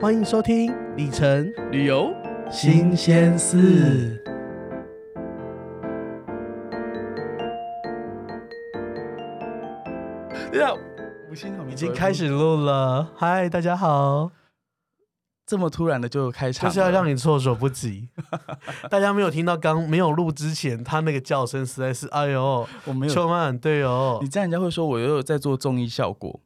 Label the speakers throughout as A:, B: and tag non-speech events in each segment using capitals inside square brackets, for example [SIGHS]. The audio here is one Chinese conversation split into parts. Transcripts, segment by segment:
A: 欢迎收听李晨
B: 旅游
A: 新鲜事。
B: 呀，五星好评
A: 已经开始录了，嗨，大家好，
B: 这么突然的就开场
A: 就是
B: 了，
A: 啊要让
B: 你
A: 你措手不 [LAUGHS] 及。大家没有听到刚没有录之前，他那个叫声实在是，哎呦，
B: 我没有，
A: 秋曼很对哦
B: 你，这样人家会说我又有在做综艺效果，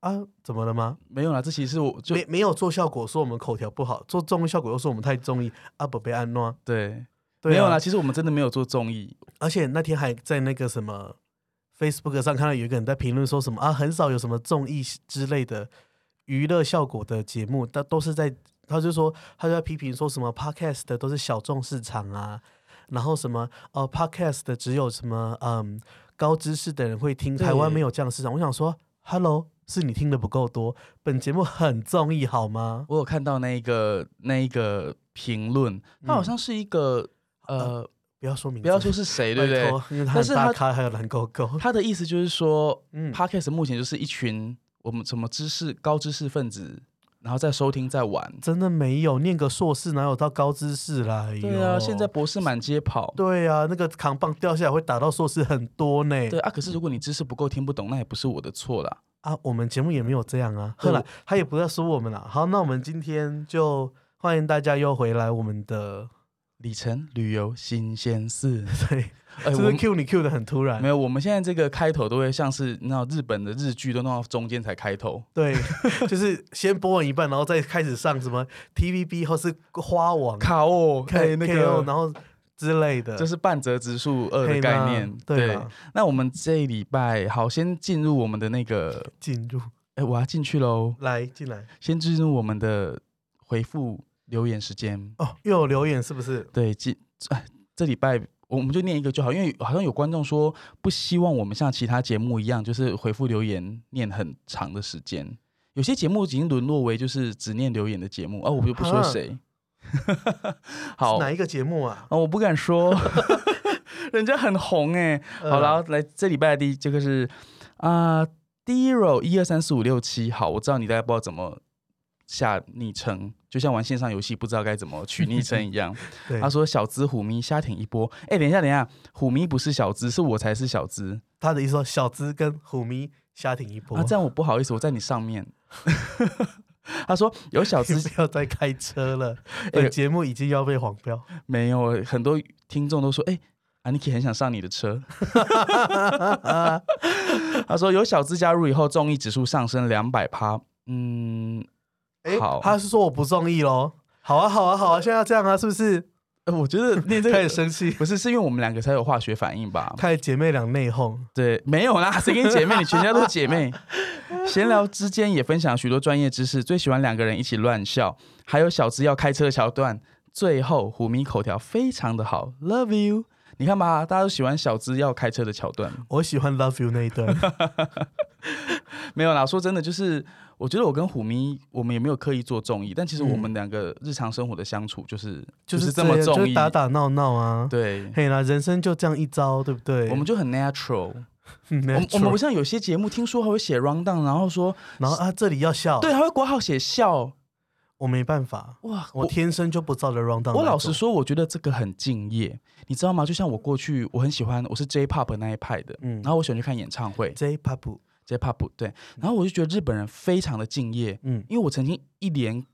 A: 啊，怎么了吗？
B: 没有啦，这其实我就
A: 没没有做效果，说我们口条不好；做综艺效果又说我们太综艺，啊，不被安诺。
B: 对，
A: 对啊
B: 没有啦，其实我们真的没有做综艺，
A: 而且那天还在那个什么 Facebook 上看到有一个人在评论说什么啊，很少有什么综艺之类的娱乐效果的节目，但都是在他就说他就在批评说什么 Podcast 的都是小众市场啊，然后什么哦、Podcast 的只有什么嗯高知识的人会听，
B: 对
A: 台湾没有这样的市场。我想说，Hello，是你听的不够多，本节目很综艺好吗？
B: 我有看到那一个那一个评论，
A: 嗯
B: 他好像是一个、呃，
A: 不要说名字，
B: 不要说是谁，对不
A: 啊拜
B: 对？
A: 托，因为他
B: 但
A: 很
B: 是
A: 大
B: 他
A: 咖，还有蓝狗狗，
B: 他的意思就是说、
A: 嗯
B: p，o d c a s t 目前就是一群我们什么知识高知识分子，然后在收听在玩。
A: 真的没有念个硕士，哪有到高知识啦？哎呦
B: 对啊，现在博士满街跑。
A: 对啊，那个扛棒掉下来会打到硕士很多呢。
B: 对啊，可是如果你知识不够听不懂，那也不是我的错啦。
A: 啊，我们节目也没有这样啊。
B: 对
A: 后来他也不要说我们了。好，那我们今天就欢迎大家又回来我们的，
B: 里程旅游新
A: [LAUGHS]
B: 鲜事，
A: 对，就
B: 哎、我
A: 是
B: 们
A: Q 你 Q 的很突然
B: 没。有，我们现在这个开头都会像是那日本的日剧都弄到中间才开头，
A: 对， [LAUGHS] 就是先播完一半，然后再开始上什么 TVB 或是花王、
B: 卡哦，
A: K-
B: 哎，那
A: KO，
B: 个
A: 然后之类的，
B: 就是半泽直树二的
A: 嘿
B: 概
A: 啦
B: 念。
A: 对啊啦，
B: 那我们这一礼拜好，先进入我们的那个，
A: 进入
B: 哎、我要进去喽，
A: 来进来
B: 先进入我们的回复留言时间。
A: 哦，又有留言是不是？
B: 对，进哎，这礼拜我们就念一个就好，因为好像有观众说不希望我们像其他节目一样，就是回复留言念很长的时间。有些节目已经沦落为就是只念留言的节目，哦，我就不说
A: 啊
B: 谁。好，
A: 是哪一个节目啊？
B: 啊，我不敢说， [LAUGHS] 人家很红哎、好
A: 呃
B: 了，来这礼拜的第一这个是啊、d i r o 一二三四五六七。好，我知道你大概不知道怎么下昵称，就像玩线上游戏不知道该怎么取昵称一样。
A: 呃对，
B: 他说小资虎咪瞎挺一波。哎、等一下，等一下，虎咪不是小资，是我才是小资
A: 他的意思说，小资跟虎迷瞎挺一波，
B: 啊！这样我不好意思，我在你上面。 [LAUGHS] 他说有小资
A: [LAUGHS] [LAUGHS] 你不要再开车
B: [LAUGHS]
A: 了，
B: 哎
A: 本节目已经要被黄标。
B: 没有，很多听众都说，哎、a n i k i 很想上你的车。 [LAUGHS] 他说有小资加入以后，综艺指数上升两百趴。嗯，
A: 哎
B: 好
A: 他是说我不中意喽。好啊，好啊，
B: [LAUGHS]
A: 好啊，现在要这样啊，是不是？
B: 呃我觉得念这
A: 开始
B: 个
A: 生气，
B: 不是，是因为我们两个才有化学反应吧？
A: 开始姐妹俩内讧。
B: 对，没有啦，谁跟你姐妹？你全家都是姐妹。闲聊之间也分享许多专业知识，最喜欢两个人一起乱笑，还有小资要开车的桥段。最后，虎迷口条非常的好，Love you。你看吧，大家都喜欢小资要开车的桥段。
A: 我喜欢 Love You 那一
B: [LAUGHS]
A: 段，
B: 没有啦，说真的，就是我觉得我跟虎咪，我们也没有刻意做综艺，但其实我们两个日常生活的相处就是、
A: 嗯就是
B: 这么
A: 样就
B: 综
A: 是
B: 艺，
A: 打打闹闹啊。
B: 对，
A: 嘿啦，人生就这样一招，对不对？ [LAUGHS]
B: 我们就很 natural。
A: 嗯
B: 我们我
A: natural
B: 们不像有些节目，听说还会写 round down，然后说
A: 然后啊，这里要笑，
B: 对，还会挂号写笑，
A: 我没办法，
B: 哇，
A: 我
B: 我。
A: 天生就不照着 round down。
B: 我老实，说，我觉得这个很敬业，你知道吗？就像我过去，我很喜欢，我是 J-pop 那一派的，
A: 嗯
B: 然后我喜欢去看演唱会
A: J Pop，
B: ，J-pop 对，然后我就觉得日本人非常的敬业，
A: 嗯，
B: 因为我曾经一连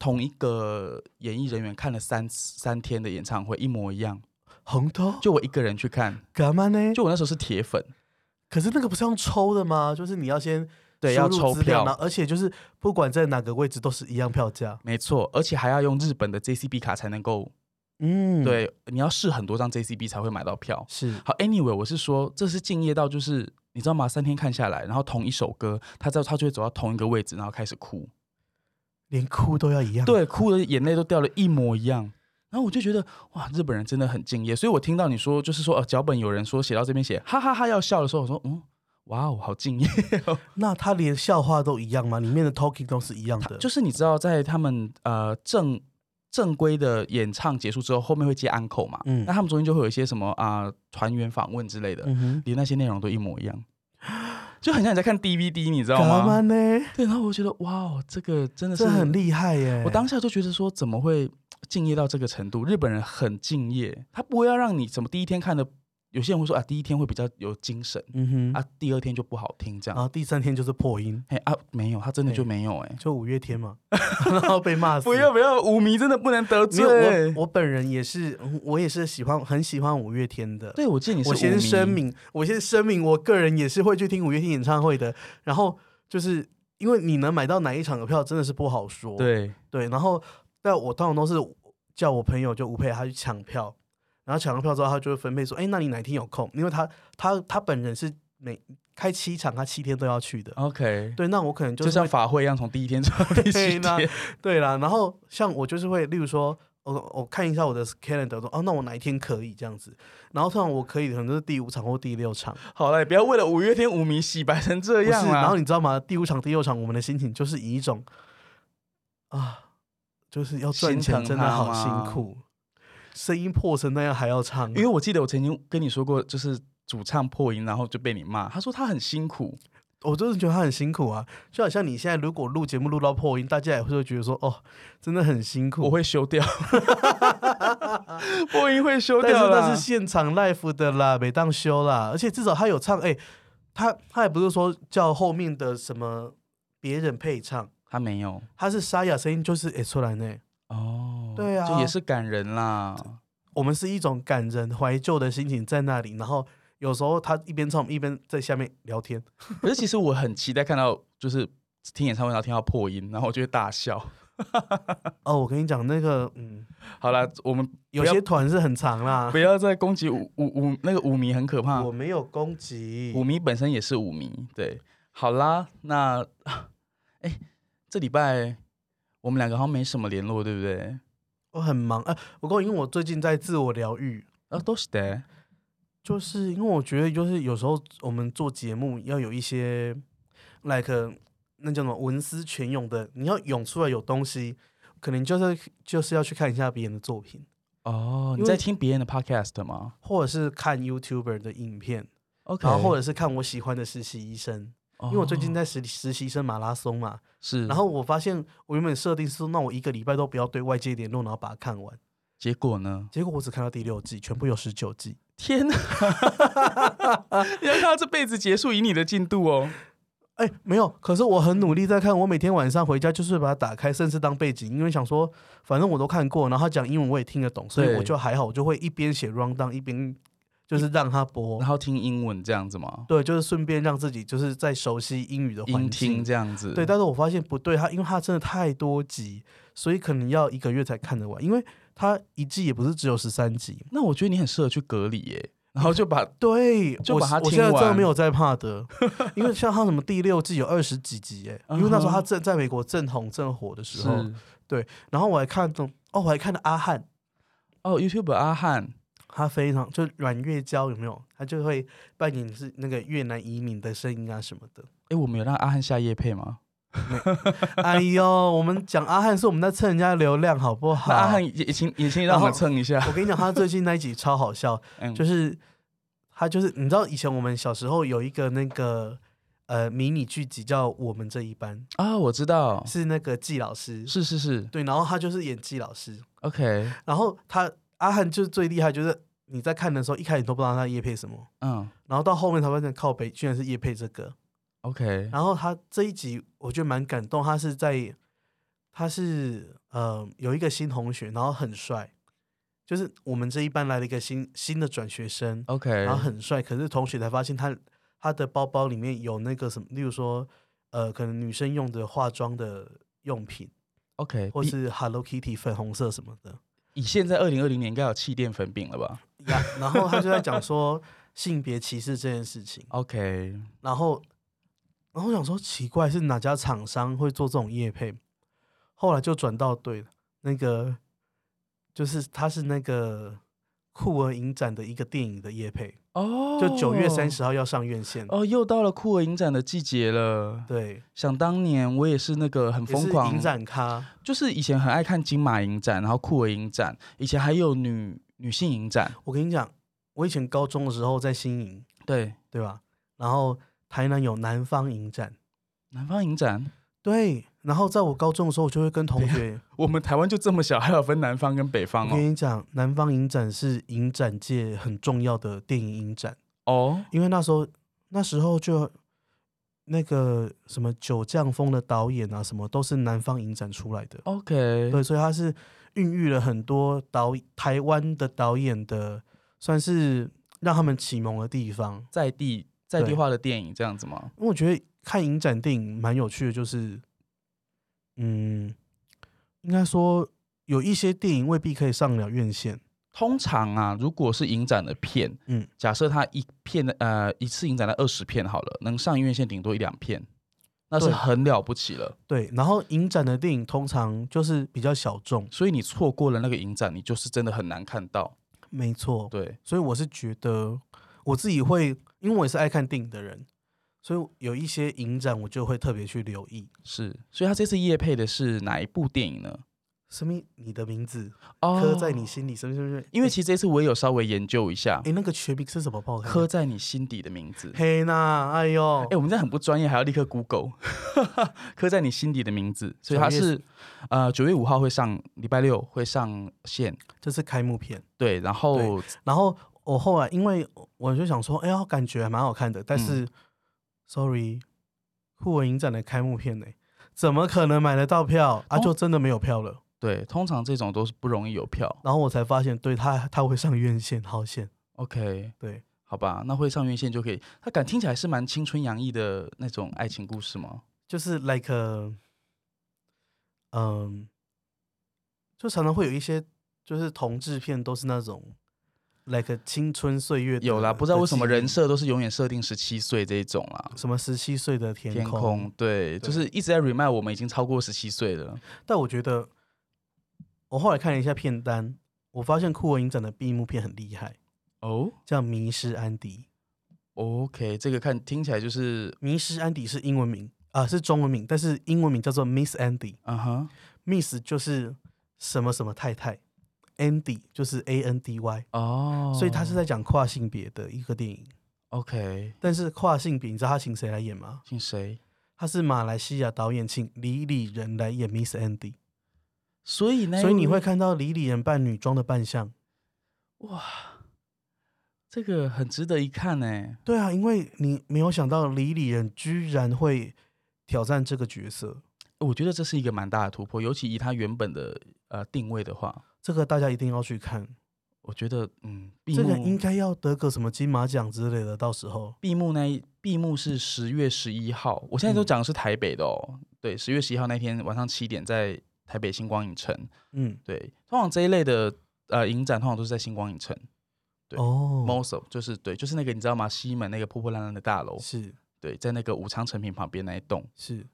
B: 同一个演艺人员看了三次三天的演唱会，一模一样，
A: 红头
B: 就我一个人去看，
A: 干嘛呢？
B: 就我那时候是铁粉，
A: 可是那个不是用抽的吗？就是你要先
B: 对，
A: 输
B: 要
A: 入
B: 抽
A: 资料，然
B: 票，
A: 后而且就是不管在哪个位置都是一样票价。
B: 没错，而且还要用日本的 JCB 卡才能够，
A: 嗯，，
B: 对，你要试很多张 JCB 才会买到票。
A: 是
B: 好，anyway，我是说，这是敬业到就是你知道吗？三天看下来，然后同一首歌，他在他就会走到同一个位置，然后开始哭，
A: 连哭都要一样。，
B: 对，哭的眼泪都掉了一模一样。然后我就觉得哇，日本人真的很敬业。所以我听到你说，就是说呃，脚本有人说写到这边写哈哈哈要笑的时候，我说嗯，哇哦，好敬业、哦。
A: 那他连笑话都一样吗？里面的 talking 都是一样的，
B: 就是你知道，在他们呃正正规的演唱结束之后，后面会接安口嘛，
A: 嗯
B: 那他们中间就会有一些什么啊、团员访问之类的，
A: 嗯哼，
B: 连那些内容都一模一样。就很像你在看 DVD，你知道
A: 干嘛
B: 吗？
A: 呢？
B: 对，然后我觉得哇哦，这个真的是
A: 这很厉害耶！
B: 我当下就觉得说，怎么会敬业到这个程度？日本人很敬业，他不会要让你怎么第一天看的，有些人会说啊，第一天会比较有精神
A: 嗯哼，
B: 啊，第二天就不好听这
A: 然
B: 样。
A: 后第三天就是破音，
B: 哎啊，没有，他真的就没有哎、
A: 就五月天
B: [LAUGHS]
A: 嘛，然后被骂死。
B: 不要不要，舞迷真的不能得
A: 没有
B: 罪。
A: 我，我本人也是，嗯我也是喜欢很喜欢五月天的。
B: 对，我记得你是
A: 我
B: 舞
A: 先
B: 迷
A: 声，明，我先声明，我个人也是会去听五月天演唱会的。然后就是因为你能买到哪一场的票，真的是不好说。
B: 对，
A: 对然后但我通常都是叫我朋友就吴佩他去抢票，然后抢了票之后，他就会分配说，哎，那你哪天有空？因为他他他本人是每开七场，他七天都要去的。
B: OK，
A: 对，那我可能
B: 哦就
A: 就是
B: 像法会一样，从第一天到第十
A: 对那
B: 天，
A: 对啦，然后像我就是会，例如说，我我看一下我的 calendar，说哦，那我哪一天可以这样子，然后通常我可以可能就是第五场或第六场，
B: 好了，也不要为了五月天舞迷洗白成这
A: 不是，
B: 样啊啦。
A: 然后你知道吗？第五场、第六场，我们的心情就是以一种啊，就是要赚
B: 心
A: 钱
B: 疼
A: 真的
B: 他
A: 好
B: 吗
A: 辛苦，声音破成那样还要唱，啊
B: 因为我记得我曾经跟你说过，就是主唱破音，然后就被你骂。他说他很辛苦，
A: 我真的觉得他很辛苦啊，就好像你现在如果录节目录到破音，大家也会觉得说哦，真的很辛苦，
B: 我会修掉， [LAUGHS] 破音会修
A: 但是
B: 掉啦。
A: 那是现场 live 的啦，没当修啦，而且至少他有唱，哎、他他也不是说叫后面的什么别人配唱，
B: 他没有
A: 他是沙哑声音，就是哎、出来呢。
B: 哦，
A: 对啊
B: 就也是感
A: [LAUGHS]
B: 人啦。
A: 我们是一种感人怀旧的心情在那里，然后有时候他一边唱我们一边在下面聊天，
B: 可是其实我很期待看到，就是听演唱会然后听到破音，然后我就会大笑。
A: 哦，我跟你讲那个，嗯，
B: 好啦，我们
A: 有
B: 不要
A: 些团是很长啦
B: 不，要再攻击舞舞舞那个舞迷很可怕
A: 我，没有攻击，
B: 舞迷本身也是舞迷。对，好啦，那 [LAUGHS] 哎、这礼拜我们两个好像没什么联络，对不对？
A: 我很忙，哎、不过因为我最近在自我疗愈，
B: 啊，都是的。
A: 就是因为我觉得，就是有时候我们做节目要有一些，like 呃那叫什么文思泉涌的，你要涌出来有东西，可能就是就是要去看一下别人的作品，
B: 哦，
A: 因
B: 你在
A: 为
B: 听别人的 podcast 吗
A: 或者是看 YouTuber 的影片，
B: ？OK，哦
A: 然后或者是看我喜欢的实习医生，因为我最近在实实习生马拉松嘛，
B: 是，
A: 然后我发现我原本设定是说，那我一个礼拜都不要对外界联络，然后把它看完，
B: 结果呢？
A: 结果我只看到第六季，全部有十九季，
B: 天哪！ [LAUGHS] 你要看到这辈子结束以你的进度哦。
A: 哎，没有，可是我很努力在看，我每天晚上回家就是把它打开，甚至当背景，因为想说反正我都看过，然后他讲英文我也听得懂，所以
B: 对
A: 我就还好，我就会一边写 round down 一边就是让他播
B: 然，后听英文这样子吗？
A: 对，就是顺便让自己就是在熟悉英语的环
B: 音听
A: 境。
B: 这样子。
A: 对，但是我发现不对，他因为他真的太多集，所以可能要一个月才看得完，因为他一季也不是只有十三集。
B: 那我觉得你很适合去隔离 [LAUGHS] 耶，然后就把
A: 对，
B: 就
A: 我
B: 把它
A: 我
B: 听
A: 现在真的
B: 完
A: 没有在怕
B: [LAUGHS]
A: 的，因为像他什么第六季有二十几集哎，因为那时候
B: 嗯
A: 他
B: 哼
A: 正在美国正红正火的时
B: 是
A: 候，然后我还看懂哦，我还看了阿汉，
B: 哦，YouTube 阿汉
A: 他非常就阮月娇有没有？他就会扮演是那个越南移民的声音啊什么
B: [LAUGHS]
A: 的。
B: 哎，我们有让阿汉下夜配吗？
A: 哎呦，我们讲阿汉是我们在蹭人家流量好不好？
B: 那阿汉，也也请也请让我们
A: 然后
B: 蹭一
A: [LAUGHS]
B: 下。
A: 我跟你讲，他最近那一集超好笑，
B: 嗯，
A: 就是他就是你知道以前我们小时候有一个那个呃迷你剧集叫《我们这一班》，
B: 啊，我知道，
A: 是那个季老师。
B: 是是是
A: 对，然后他就是演季老师，
B: ，OK，
A: 然后他阿汉就是最厉害，就是你在看的时候一开始都不知道他叶配什么，
B: 嗯
A: 然后到后面才发现靠北居然是叶配这个。
B: ，OK，
A: 然后他这一集我觉得蛮感动，他是在他是呃有一个新同学，然后很帅，就是我们这一班来了一个新新的转学生，
B: OK，
A: 然后很帅，可是同学才发现他他的包包里面有那个什么，例如说呃可能女生用的化妆的用品，
B: OK，
A: 或
B: 比
A: 是 Hello Kitty 粉红色什么的。
B: 以现在二零二零年应该有气垫粉饼了吧
A: 呀然后他就在讲说性别歧视这件事情。
B: ？OK，
A: 然后，然后我想说奇怪是哪家厂商会做这种业配，后来就转到对了那个，就是他是那个酷儿影展的一个电影的业配，
B: 哦，
A: 就九月三十号要上院线，
B: 哦，又到了酷儿影展的季节了。
A: 对，
B: 想当年我也是那个
A: 也
B: 很疯
A: 是
B: 狂，
A: 影展咖，
B: 就是以前很爱看金马影展，然后酷儿影展，以前还有女女性影展，
A: 我跟你讲，我以前高中的时候在新营，
B: 对，
A: 对吧？然后台南有南方影展，
B: 南方影展，
A: 对。然后在我高中的时候，我就会跟同
B: [LAUGHS]
A: 学，
B: 我们台湾就这么小，还要分南方跟北
A: 我
B: 方哦。
A: 跟你讲，南方影展是影展界很重要的电影影展，
B: 哦，
A: 因为那时候那时候就那个什么九降风的导演啊，什么都是南方影展出来的，
B: OK，
A: 对，所以他是孕育了很多导台湾的导演的，算是让他们启蒙的地方。
B: 在地在地
A: 对
B: 化的电影这样子吗？
A: 因为我觉得看影展电影蛮有趣的，就是，嗯，应该说有一些电影未必可以上了院线，
B: 通常啊，如果是影展的片，
A: 嗯，
B: 假设它一片的呃一次影展的二十片好了，能上院线顶多一两片，那是
A: 对
B: 很了不起了。
A: 对。然后影展的电影通常就是比较小众，
B: 所以你错过了那个影展，你就是真的很难看到。
A: 没错。
B: 对，
A: 所以我是觉得我自己会，因为我也是爱看电影的人，所以有一些影展我就会特别去留意。
B: 是。所以他这次夜配的是哪一部电影呢？
A: 什么？你的名字
B: 哦
A: 刻在你心里，什么什么什么？
B: 因为其实这次我也有稍微研究一下
A: 哎、，诶那个全名是什么？不好看。
B: 刻在你心底的名字。
A: 黑娜，哎呦，
B: 哎、我们这样很不专业，还要立刻 Google，刻在你心底的名字。所以它
A: 九月
B: 是呃九月五号会上，礼拜六会上线。
A: 这是开幕片。
B: 对，然后
A: 然后我后来因为我就想说，哎呀，感觉还蛮好看的，但
B: 嗯
A: 是、s o r r y 酷文影展的开幕片呢、怎么可能买得到票啊？
B: 哦
A: 就真的没有票了。
B: 对，通常这种都是不容易有票。
A: 然后我才发现，对他他会上院线、好线，
B: OK，
A: 对，
B: 好吧，那会上院线就可以。它感听起来是蛮青春洋溢的那种爱情故事吗？
A: 就是 like，a- 嗯、就常常会有一些就是同志片都是那种 like a 青春岁月的
B: 有啦，不知道为什么
A: 的记忆
B: 人设都是永远设定十七岁这一种啦。
A: 什么十七岁的天
B: 天
A: 空，
B: 空，对，就是一直在 remind 我们已经超过十七岁了。
A: 但我觉得，我后来看了一下片单，我发现酷我影展的闭幕片很厉害，
B: 哦、
A: 叫《迷失安迪》。《
B: o k 这个看听起来就是，
A: 迷失安迪》是英文名啊、是中文名，但是英文名叫做 Miss Andy。
B: 嗯哼，
A: Miss 就是什么什么太太，Andy 就是 A N D Y，、
B: 哦，
A: 所以他是在讲跨性别的一个电影。
B: OK，
A: 但是跨性别，你知道他请谁来演吗？
B: 姓谁？
A: 他是马来西亚导演请李李仁来演 Miss Andy，
B: 所以呢，
A: 所以你会看到李李仁扮女装的扮相。
B: 这个很值得一看欸呢。
A: 对啊，因为你没有想到李李仁居然会挑战这个角色，
B: 我觉得这是一个蛮大的突破，尤其以他原本的呃定位的话，
A: 这个大家一定要去看。
B: 我觉得嗯，闭
A: 这个应
B: 幕
A: 该要得个什么金马奖之类的，到时候
B: 闭幕那一闭幕是十月十一号，我现在
A: 嗯
B: 都讲的是台北的哦。对，十月十一号那天晚上七点在台北星光影城。
A: 嗯，
B: 对，通常这一类的呃影展通常都是在星光影城。对
A: 哦，
B: most of 就是对，就是那个你知道吗？西门那个破破烂烂的大楼，
A: 是
B: 对，在那个武昌成品旁边那一栋，
A: 是，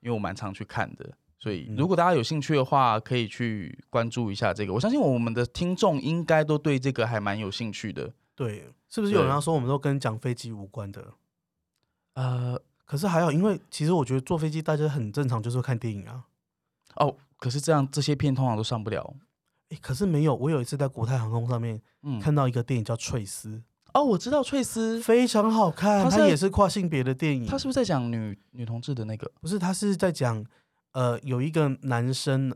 B: 因为我蛮常去看的，所以
A: 嗯
B: 如果大家有兴趣的话，可以去关注一下这个。我相信我们的听众应该都对这个还蛮有兴趣的。
A: 对，是不是有人
B: 对
A: 要说我们都跟讲飞机无关的？
B: 呃，
A: 可是还好，因为其实我觉得坐飞机大家很正常，就是会看电影啊。
B: 哦，可是这样这些片通常都上不了。
A: 诶，可是没有，我有一次在国泰航空上面
B: 嗯，
A: 看到一个电影叫《翠丝
B: 哦，我知道翠》，丝，
A: 非常好看，
B: 它是
A: 它
B: 在
A: 也是跨性别的电影。
B: 她是不是在讲女女同志的那个？
A: 不是，他是在讲，呃，有一个男生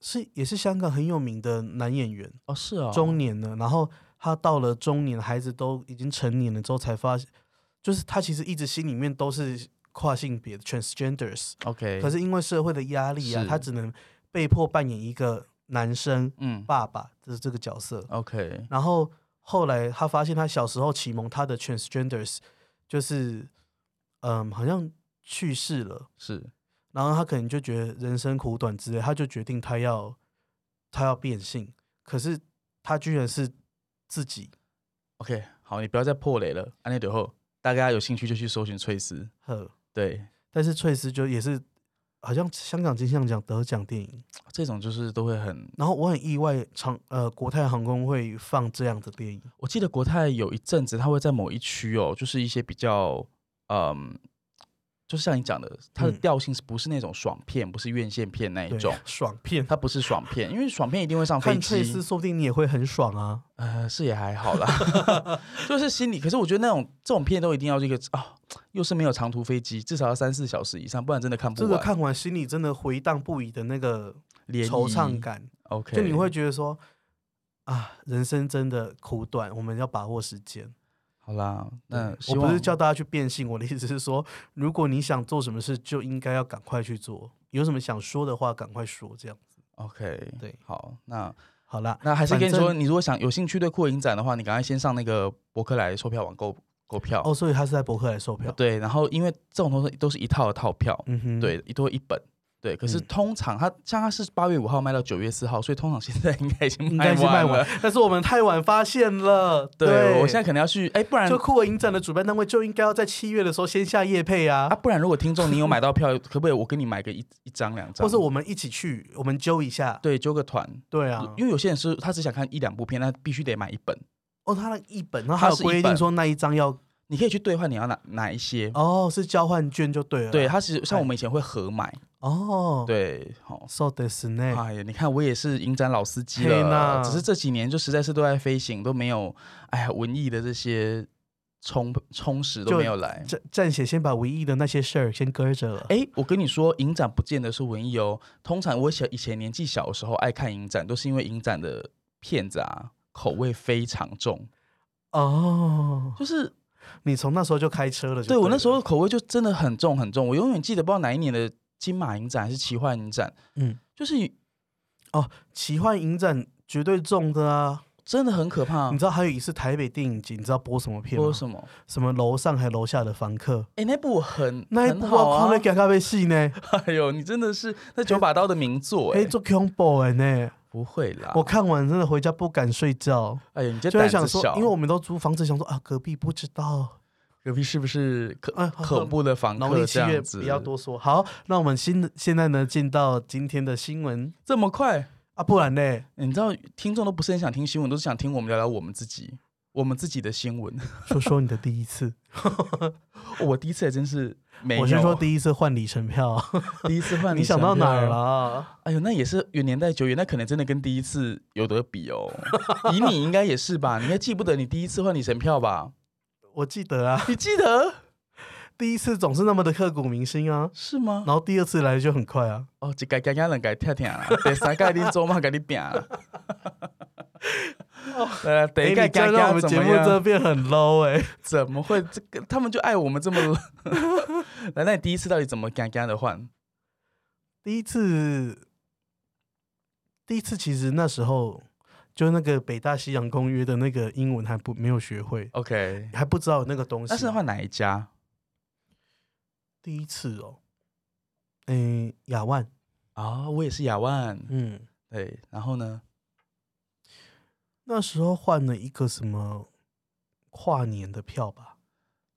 A: 是也是香港很有名的男演员，
B: 哦，是哦，
A: 中年了，然后他到了中年，孩子都已经成年了之后，才发现，就是他其实一直心里面都是跨性别的 transgenders，
B: OK，
A: 可是因为社会的压力啊，
B: 是
A: 他只能被迫扮演一个男生
B: 嗯
A: 爸爸的这个角色，
B: 哦，OK，
A: 然后后来他发现他小时候启蒙他的 transgenders 就是，嗯，好像去世了。
B: 是
A: 然后他可能就觉得人生苦短之类，他就决定他要他要变性，可是他居然是自己，
B: OK，好，你不要再破雷了，安内德后，大家有兴趣就去搜寻翠丝。
A: 呵，
B: 对，
A: 但是翠丝就也是好像香港金像奖得奖电影，
B: 这种就是都会很，
A: 然后我很意外，长呃国泰航空会放这样的电影，
B: 我记得国泰有一阵子，它会在某一区哦，就是一些比较嗯就是像你讲的，它的
A: 嗯
B: 调性是不是那种爽片，不是院线片那一
A: 对
B: 种？
A: 爽片，
B: 它不是爽片，因为爽片一定会上飞
A: 看翠丝
B: 机。
A: 说不定你也会很爽啊。
B: 呃，是也还好啦，
A: [LAUGHS]
B: 就是心里。可是我觉得那种这种片都一定要这个啊、又是没有长途飞机，至少要三四小时以上，不然真的看不
A: 这个
B: 完。
A: 看完心里真的回荡不已的那个
B: 涟
A: 惆怅
B: 漪
A: 感，
B: ，OK，
A: 就你会觉得说啊，人生真的苦短，我们要把握时间。
B: 好啦。那希
A: 我
B: 望
A: 不是叫大家去变性，我的意思是说，如果你想做什么事，就应该要赶快去做。有什么想说的话，赶快说。这样
B: OK，
A: 对
B: 好，那
A: 好啦，
B: 那还是跟你
A: 反
B: 说，
A: 正
B: 你如果想有兴趣对酷影展的话，你赶快先上那个博客来售票网购购票。
A: 哦，所以他是在博客来售票。
B: 哦对，然后因为这种东西都是一套的套票，
A: 嗯哼，
B: 对，一都一本。对，可是
A: 嗯
B: 通常它像它是八月五号卖到九月四号，所以通常现在应该已经
A: 应该是卖
B: 完
A: 完
B: 了。，
A: 但是我们太晚发现了。
B: 对，我现在可能要去，哎，不然
A: 就酷我影展的主办单位就应该要在七月的时候先下夜配啊
B: 啊，，不然如果听众你有买到票，可不可以我跟你买个一一张两张？
A: 或是我们一起去，我们揪一下。
B: 对揪个团，
A: 对啊，
B: 因为有些人是他只想看一两部片，那必须得买一本。
A: 哦，他的一本，然后还有
B: 它是一
A: 规
B: 本
A: 定说那一张要
B: 你可以去兑换你要哪哪一些。
A: 哦是交换券就对了。
B: 对，，它是像
A: 哎
B: 我们以前会合买，
A: 哦，
B: 对，好。
A: ，so this 呢？
B: 哎呀，你看我也是影展老司机
A: 嘿
B: 了，
A: 呐
B: 只是这几年就实在是都在飞行，都没有，哎呀，文艺的这些充充实都
A: 就
B: 没有来。
A: 暂暂且先把唯一的那些事儿先搁着了。
B: 哎，我跟你说，影展不见得是文艺哦。通常我小以前年纪小的时候爱看影展，都是因为影展的片子啊口味非常重，
A: 哦，
B: 就是
A: 你从那时候就开车了就
B: 对我那时
A: 了
B: 候，口味就真的很重很重。我永远记得，不知道哪一年的金马影展还是奇幻影展，
A: 嗯，
B: 就是
A: 奇幻影展绝对中的啊！
B: 真的很可怕
A: 你。知道还有一次台北电影节，你知道啊播什么片吗？
B: 说什么？
A: 什么楼上还楼下的房客？
B: 哎，那部很
A: 那一
B: 很
A: 部
B: 好
A: 我
B: 啊
A: 看了，尴尬被戏呢，
B: [LAUGHS] 哎呦，你真的是那九把刀的名作哎、
A: 哎，做恐怖的呢。
B: 不会啦，
A: 我看完真的回家不敢睡觉，
B: 哎呀，你这
A: 啊就会
B: 胆
A: 想
B: 子
A: 说
B: 小，，
A: 因为我们都租房子，想说啊隔壁不知道，
B: 隔壁是不是可
A: 哎，好
B: 恐怖的房
A: 农
B: 客
A: 历七
B: 这
A: 月
B: 样子？
A: 不要多说。好，那我们新现在呢进到今天的新闻
B: 这么快，
A: 啊，不然呢？
B: 你知道听众都不是很想听新闻，都是想听我们聊聊我们自己，我们自己的新闻。 [LAUGHS]
A: 说说你的第一次，
B: 我第一次也真是没有，
A: 我是说第一次换里程票，[LAUGHS]
B: 第一次换
A: 你想到哪儿
B: 了？
A: 了？
B: 哎呦，那也是有年代久远，那可能真的跟第一次有得比哦。以你应该也是吧？你应该记不得你第一次换里程票吧？
A: 我记得啊，
B: 你记得
A: 第一次总是那么的刻骨铭心啊，
B: 是吗？
A: 然后第二次来就很快啊。
B: 哦，一改改改两改跳跳啦，啊 [LAUGHS] 第三改你做嘛给你
A: [LAUGHS]
B: 拼啦。呃，第一
A: 哎
B: 改
A: 你这样
B: 改
A: 让我
B: 改
A: 们
B: 怎
A: 节
B: 么
A: 目真的
B: 样？
A: 变很 low 哎、
B: [LAUGHS] 怎么会这个？他们就爱
A: [LAUGHS]
B: 我们这么。来，那你第一次到底怎么改改的换？
A: 第一次，第一次其实那时候就那个北大西洋公约的那个英文还不没有学会，
B: OK，
A: 还不知道有那个东西。啊
B: 那是换哪一家？
A: 第一次哦，嗯，亚万，
B: 啊、我也是亚万，
A: 嗯，
B: 对，然后呢？
A: 那时候换了一个什么跨年的票吧，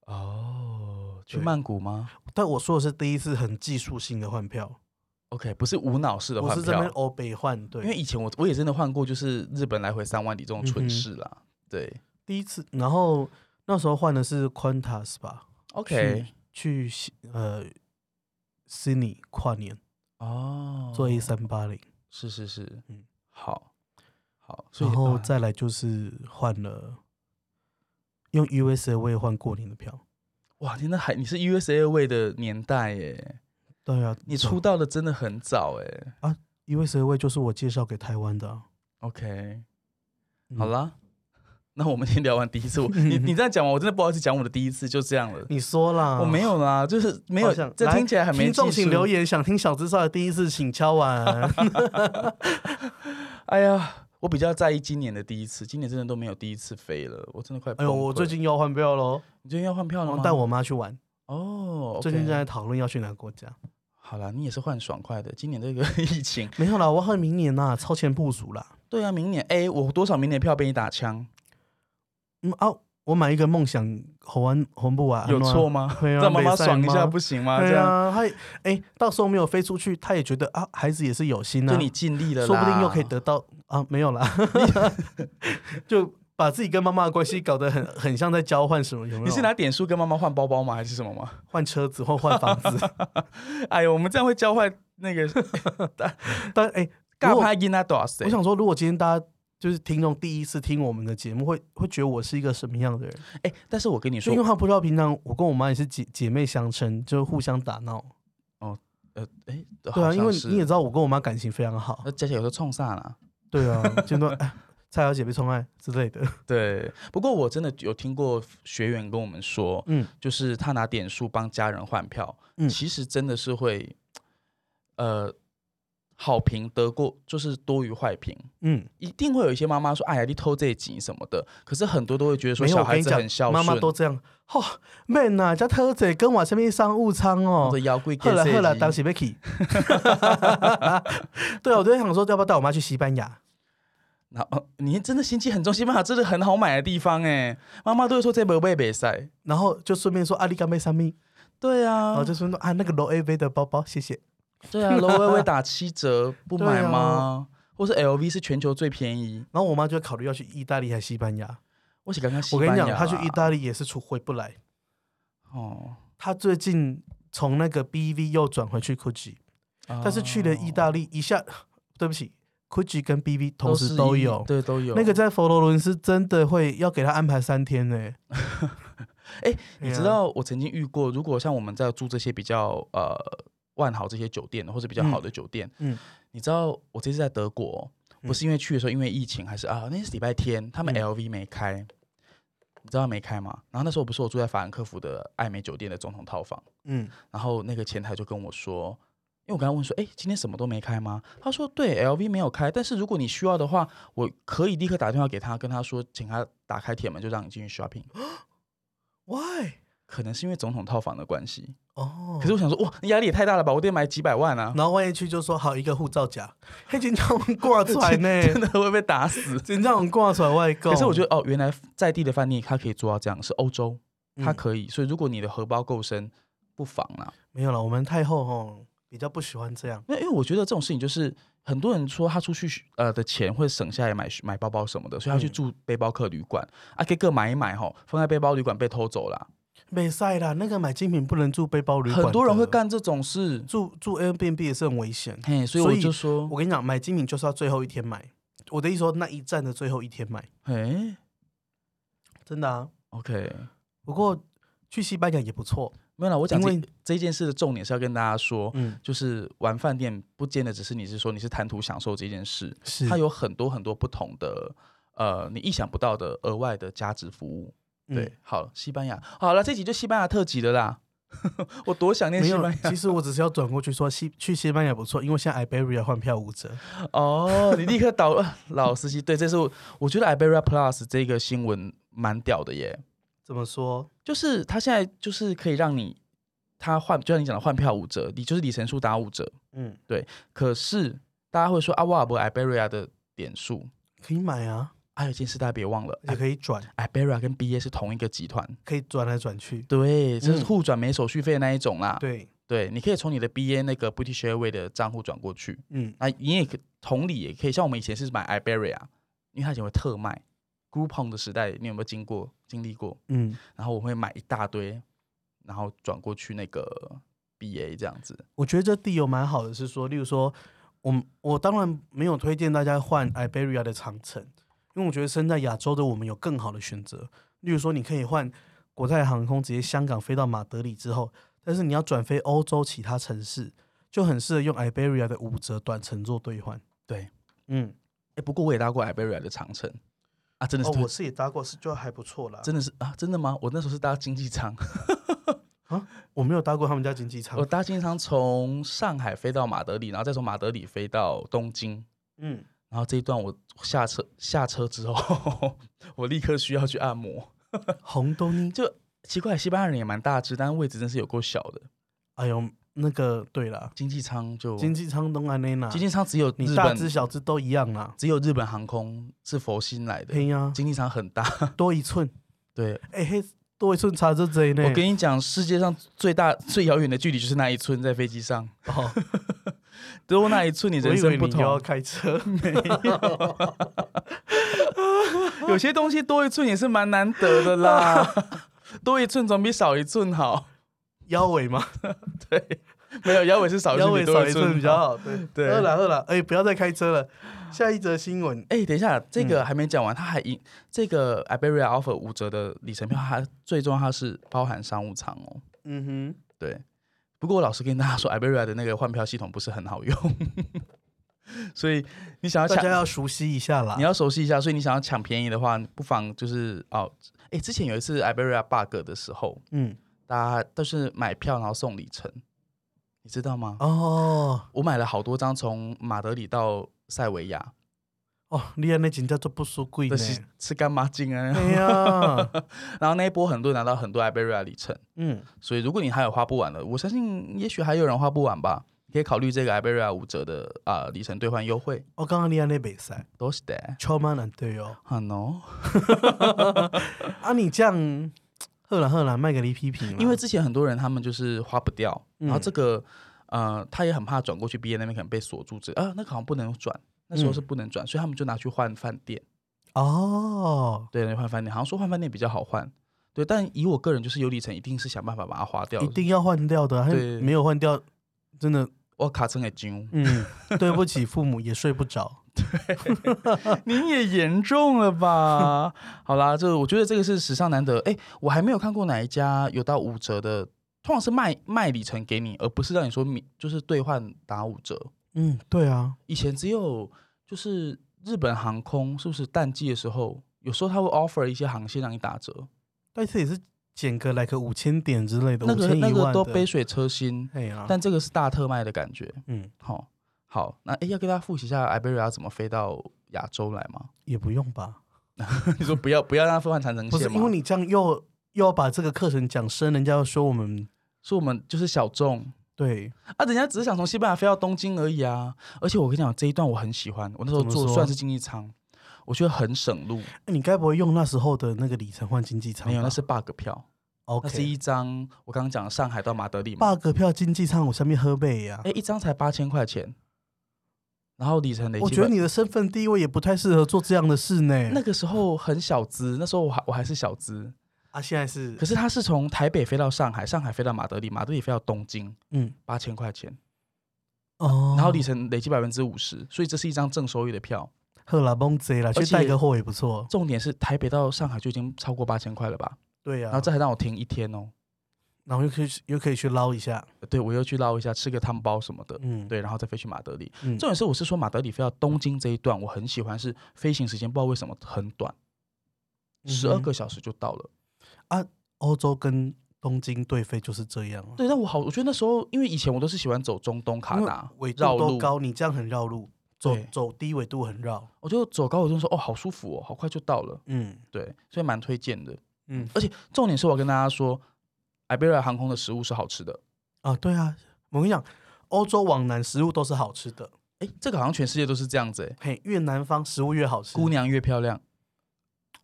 B: 哦，去
A: 对
B: 曼谷吗
A: 但我说的是第一次很技术性的换票，
B: ？OK，不是无脑式的
A: 我
B: 换
A: 是这边
B: 票，
A: 欧北换，
B: 因为
A: 对，
B: 以前我我也真的换过，就是日本来回三万里这种
A: 嗯
B: 蠢
A: 哼
B: 事啦。对
A: 第一次，然后那时候换的是 Qantas 吧，
B: ，OK，
A: 去西呃 Sydney 跨年
B: 哦，
A: 坐 A 三八零，
B: 是是是，嗯
A: 嗯，
B: 好，好，所以
A: 然后
B: 啊
A: 再来就是换了用 USA 我也换过年的票，
B: 哇，天呐，还你是 USA 位的年代耶，
A: 对啊，
B: 你出道的真的很早哎。
A: USA 位就是我介绍给台湾的啊、
B: OK，
A: 嗯
B: 好啦。那我们先聊完第一
A: [LAUGHS]
B: 次，我你你这样讲完，我真的不好意思讲我的第一次，就这样了。
A: 你说啦，
B: 我没有啦，就是没有
A: 啊好想，
B: 这
A: 来
B: 听起来很没
A: 听众
B: 技
A: 请
B: 术
A: 留言，想听小资少的第一次，请敲
B: [LAUGHS]
A: 完。
B: 哎呀，我比较在意今年的第一次，今年真的都没有第一次飞了，我真的快
A: 哎呦，
B: 崩
A: 我
B: 溃
A: 最
B: 了
A: 近又要换票喽，
B: 你最近要换票了
A: 然
B: 吗
A: 后？带我妈去玩。
B: 哦，
A: 最近正
B: OK
A: 在讨论要去哪个国家。
B: 好啦，你也是换爽快的，今年这个 [LAUGHS] 疫情，
A: 没有啦，我要换明年啦，超前部署啦。
B: 对啊，明年哎，我多少明年票被你打枪，
A: 嗯啊，我买一个梦想猴玩红布啊，
B: 有
A: [LAUGHS]
B: 错
A: 吗？
B: 吗？
A: 对啊
B: [LAUGHS] 让妈妈
A: 没赛
B: 爽一下
A: 吗
B: 不行吗？
A: 对
B: 这样
A: 啊，他也哎，到时候没有飞出去，他也觉得啊，孩子也是有心啊，
B: 就你尽力了啦， [LAUGHS]
A: 说不定又可以得到啊，没有啦，就把自己跟妈妈的关系搞得很 [LAUGHS] 很像在交换什么，有没有？
B: 你是拿点数跟妈妈换包包吗？还是什么吗？ [LAUGHS]
A: 换车子或换房子？
B: 哎呦，我们这样会教坏
A: [LAUGHS]
B: 那个
A: 但哎，
B: 尬
A: 如果
B: 拍囡仔多少岁
A: 我？想说，如果今天大家就是听众第一次听我们的节目，会会觉得我是一个什么样的人？
B: 哎、但是我跟你
A: 就
B: 说
A: 因为，他不知道平常我跟我妈也是姐姐妹相称，就是互相打闹。
B: 呃，哎、
A: 对
B: 好
A: 啊，
B: 像
A: 因为
B: 是呃
A: 你也知道我跟我妈感情非常好
B: 那。佳佳有时候冲上了。
A: 对啊， [LAUGHS] 就说哎，蔡小姐被宠爱之类的。
B: 对，不过我真的有听过学员跟我们说，
A: 嗯，
B: 就是他拿点数帮家人换票，
A: 嗯
B: 其实真的是会，呃，好评得过就是多于坏评，
A: 嗯，
B: 一定会有一些妈妈说，哎呀，你偷这一集什么的，可是很多都会觉得说
A: 没有，
B: 小
A: 我跟
B: 孩
A: 你
B: 子很
A: 讲，
B: 孝顺，
A: 妈妈都这样。哦，man 啊，加特仔跟我身边商务舱哦
B: 或者。妖怪给
A: 后来后来，
B: 这一集
A: 当时被 k [LAUGHS] 对啊，我就在想说，要不要带我妈去西班牙？
B: 然后呃你真的心机很重，西班牙真的很好买的地方哎，妈妈都会说这不会被塞。
A: 然后就顺便说啊阿里嘎妹三咪，
B: 对
A: 然
B: 啊
A: 后，就说啊那个 low AV 的包包，谢谢。
B: [LAUGHS] 对啊，楼微微打七折，不
A: 对
B: 买
A: 啊
B: [LAUGHS] 吗？或是 LV 是全球最便宜？
A: 然后我妈就考虑要去意大利还是西班牙。
B: 我是刚刚西
A: 我
B: 班
A: 跟
B: 牙啊
A: 你
B: 啦
A: 讲，她去意大利也是出回不来。
B: 哦，
A: 她最近从那个 BV 又转回去 Gucci，但
B: 哦
A: 是去了意
B: 利
A: 大利一下， [SIGHS] 对不起，Gucci 跟 BV 同时都有。
B: 对都有
A: 那个在佛罗伦斯真的会要给她安排三天呢、
B: [LAUGHS] 哎你知
A: 对啊
B: 道我曾经遇过，如果像我们在住这些比较呃万豪这些酒店或者比较好的酒店，
A: 嗯嗯
B: 你知道我这次在德国，不是因为去的时候因为疫情还是啊，那是礼拜天，他们
A: 嗯
B: LV 没开，你知道没开吗？然后那时候不是我住在法兰克福的艾美酒店的总统套房，
A: 嗯，
B: 然后那个前台就跟我说。因为我刚刚问说，哎，今天什么都没开吗？他说，对，LV 没有开，但是如果你需要的话，我可以立刻打电话给他，跟他说，请他打开铁门，就让你进去 shopping。
A: Why？
B: 可能是因为总统套房的关系。
A: 哦，
B: 可是我想说，哇，压力也太大了吧！我得买几百万啊，
A: 然后万一去就说好一个护照夹，黑警长挂出来
B: [LAUGHS] 真
A: 呢，
B: 的会被打死。
A: 警长挂出来外购。
B: 可是我觉得，哦，原来在地的饭店它可以做到这样，是欧洲，
A: 嗯
B: 它可以。所以如果你的荷包够深，不妨啦。
A: 没有了，我们太后吼比较不喜欢这
B: [LAUGHS]
A: 样。
B: 那因为我觉得这种事情就是很多人说他出去呃的钱会省下来买买包包什么的，所以他去
A: 嗯
B: 住背包客旅馆、啊，给个买一买吼，放在背包旅馆被偷走了。
A: 没赛啦，那个买精品不能住背包旅馆，
B: 很多人会，干这种事，
A: 住住 Airbnb 也是很危险。
B: 嘿，所以
A: 所
B: 我
A: 以
B: 就说，
A: 我跟你讲，买精品就是要最后一天买。我的意思说，那一站的最后一天买，
B: 嘿
A: 真的啊。
B: ，OK。
A: 不过去西班牙也不错，
B: 没有啦，我讲哦
A: 因
B: 这
A: 为
B: 这件事的重点是要跟大家说，
A: 嗯，
B: 就是玩饭店不见得只是你是说你是贪图享受这件事，
A: 是
B: 它有很多很多不同的呃你意想不到的额外的价值服务。
A: 嗯
B: 对，好，西班牙，好了，这集就西班牙特辑的啦。 [LAUGHS] 我多想念
A: 没
B: 西
A: 有
B: 班，
A: 其实我只是要转过去说西去西班牙不错，因为现在 Iberia 换票五折。
B: 牙哦！你立刻倒 [LAUGHS] 老司机，对，这是我我觉得 Iberia Plus 这个新闻蛮屌的耶，
A: 怎么说？
B: 就是它现在就是可以让你它换，就像你讲的换票五折，你就是里程数打五折，
A: 嗯，
B: 可是大家会说啊，瓦尔伯 Iberia 的点数，
A: 可以买啊，
B: 还有一件事大家别忘了
A: 也可以转，
B: ，I-，Iberia 跟 BA 是同一个集团。
A: 可以转来转去。
B: 对，这是
A: 嗯
B: 互转没手续费的那一种啦。
A: 对，
B: 对，你可以从你的 BA 那个 British Airways 的账户转过去。
A: 嗯
B: 那你也可同理也可以，像我们以前是买 Iberia，因为它以前会特卖。Groupon 的时代，你有没有经过经历过？
A: 嗯，
B: 然后我会买一大堆，然后转过去那个 BA 这样子。
A: 我觉得这地有蛮好的，是说，例如说，我我当然没有推荐大家换 Iberia 的长城，因为我觉得身在亚洲的我们有更好的选择。例如说，你可以换国泰航空直接香港飞到马德里之后，但是你要转飞欧洲其他城市，就很适合用 Iberia 的五折短程做兑换。
B: 对，
A: 嗯，
B: 哎，不过我也搭过 Iberia 的长城啊，真的是
A: 哦，
B: 推
A: 我是也搭过，是就还不错啦。
B: 真的是啊，真的吗？我那时候是搭经
A: [LAUGHS]
B: 济舱，
A: 我没有搭过他们家经济舱
B: 我。搭经济舱从上海飞到马德里，然后再从马德里飞到东京。
A: 嗯，
B: 然后这一段我下车下车之后， [LAUGHS] 我立刻需要去按摩。
A: 红豆泥。
B: 就奇怪，西班牙人也蛮大只，但是位置真是有够小的。
A: 哎呦，那个对啦，
B: 经济舱就
A: 经济舱东安内娜，
B: 经济舱只有
A: 你
B: 日
A: 大
B: 本，
A: 只小只都一样啦。
B: 只有日本航空是佛心来的，
A: 嘿呀、
B: [LAUGHS] 经济舱很大。
A: 多一寸， [LAUGHS]
B: 对，
A: 哎、嘿，多一寸差这贼呢。
B: 我跟你讲，世界上最大最遥远的距离就是那一寸，在飞机上，
A: 哦，
B: [LAUGHS] 只有那一寸，你
A: 我
B: 人 [LAUGHS]
A: 以为
B: 生不
A: 你又要
B: 同。
A: 开车，
B: 没有。有些东西多一寸也是蛮难得
A: [LAUGHS]
B: 的啦，多一寸总比少一寸好。
A: 腰围嘛，
B: 对，
A: [LAUGHS]
B: 没有腰围是少一
A: 腰
B: 寸
A: 围
B: 比多
A: 少
B: 一
A: 一
B: 寸
A: 寸比较。好。对
B: 对
A: 饿了饿了，哎，不要再开车了。下一则新闻，
B: 哎、等一下，这
A: 嗯
B: 个还没讲完，它还赢这个 Iberia Offer 五折的里程票，它最重要它是包含商务舱哦。
A: 嗯
B: 对，不过我老实跟大家说，Iberia 的那个换票系统不是很好用， [LAUGHS] 所以你想要
A: 哼，大
B: 抢
A: 家要熟悉一下啦
B: 啊你。要熟悉一下，所以你想要抢便宜的话，不妨就是哦，哎，之前有一次 Iberia bug 的时候，
A: 嗯，
B: 大家都是买票然后送里程，你知道吗？
A: 哦
B: 我买了好多张从马德里到塞维亚
A: 哦，你安那真叫做不输贵呢
B: 的。是是干嘛进啊？
A: 哎
B: [LAUGHS]
A: 呀，
B: 然后那一波很多人拿到很多 Iberia 里程，
A: 嗯，
B: 所以如果你还有花不完的，我相信也许还有人花不完吧，你可以考虑这个 Iberia 五折的啊、里程兑换优惠。
A: 我刚刚你安那比赛，
B: 都是的，
A: 超慢难对哦。
B: 啊 no，
A: 啊，你这样，喝了喝了，卖给你批评啦，
B: 因为之前很多人他们就是花不掉，
A: 嗯
B: 然后这个呃他也很怕转过去 B A 那边可能被锁住，这啊那个好像不能转，那时候是
A: 嗯
B: 不能转，所以他们就拿去换饭店，
A: 哦，
B: 对，拿去换饭店，好像说换饭店比较好换，对，但以我个人就是有里程一定是想办法把它花掉
A: 一，定要换掉的啊，还
B: 对
A: 没有换掉，真的，，
B: 我卡成给金
A: 嗯， [LAUGHS] 对不起父母，也睡不
B: [LAUGHS]
A: 着。
B: 您也严重了吧？ [LAUGHS] 好啦，这我觉得这个是史上难得，哎，我还没有看过哪一家有到五折的。通常是卖卖里程给你，而不是让你说你就是兑换打五折。
A: 嗯，对啊，
B: 以前只有就是日本航空是不是淡季的时候，有时候他会 offer 一些航线让你打折，
A: 但是也是减个来个五千点之类的，
B: 那
A: 五
B: 个
A: 千一
B: 那
A: 万
B: 个
A: 的
B: 都杯，水车薪，
A: 哎呀，
B: 但这个是大特卖的感觉。
A: 嗯，
B: 好、好，那诶要跟大家复习一下 Iberia 怎么飞到亚洲来吗？ [LAUGHS]
A: 也不用吧，
B: 你说不要不要让它飞换长城
A: 不是
B: 线
A: 因为
B: 吗？
A: 你这样又又要把这个课程讲深，人家又说我们
B: 说我们就是小众
A: 对
B: 啊，人家只是想从西班牙飞到东京而已啊。而且我跟你讲，这一段我很喜欢，我那时候
A: 怎么
B: 坐
A: 说
B: 算是经济舱，我觉得很省路，
A: 你该不会用那时候的那个里程换经济舱吧？
B: 没有那是 bug 票。那是
A: OK
B: 一张我刚刚讲的上海到马德里嘛，
A: bug 票经济舱，我下面喝杯呀
B: 哎、。一张才八千块钱，然后里程累积
A: 我
B: 本，
A: 觉得你的身份地位也不太适合做这样的事呢。
B: 那个时候很小资，那时候我还我还是小资，
A: 啊，现在是
B: 可是他是从台北飞到上海，上海飞到马德里，马德里飞到东京，
A: 嗯
B: 八千块钱，
A: 哦，
B: 然后里程累积百分之五十，所以这是一张正收益的票。
A: 赫拉崩贼了，去
B: 而且
A: 带个货也不错。
B: 重点是台北到上海就已经超过八千块了吧？
A: 对啊呀、
B: 然后这还让我停一天哦，
A: 然后又可以去又可以去捞一下，
B: 对我又去捞一下吃个汤包什么的，
A: 嗯，
B: 对，然后再飞去马德里。
A: 嗯，
B: 重点是我是说马德里飞到东京这一段，我很喜欢，是飞行时间不知道为什么很短，十
A: 嗯
B: 二
A: 哼
B: 个小时就到了。
A: 欧洲跟东京对飞就是这样啊，
B: 对，但我好，我觉得那时候因为以前我都是喜欢走中东卡
A: 因为纬
B: 达
A: 度
B: 绕
A: 都
B: 路，
A: 高，你这样很绕路，走
B: 对
A: 走低纬度很绕，
B: 我就走高，我就说哦，好舒服哦，好快就到了。
A: 嗯
B: 对，所以蛮推荐的。
A: 嗯
B: 而且重点是我跟大家说，Iberia 航空的食物是好吃的。
A: 啊，对啊，我跟你讲，欧洲往南食物都是好吃的，
B: 哎，这个好像全世界都是这样子哎，
A: 嘿，越南方食物越好吃。
B: 姑，娘越漂亮。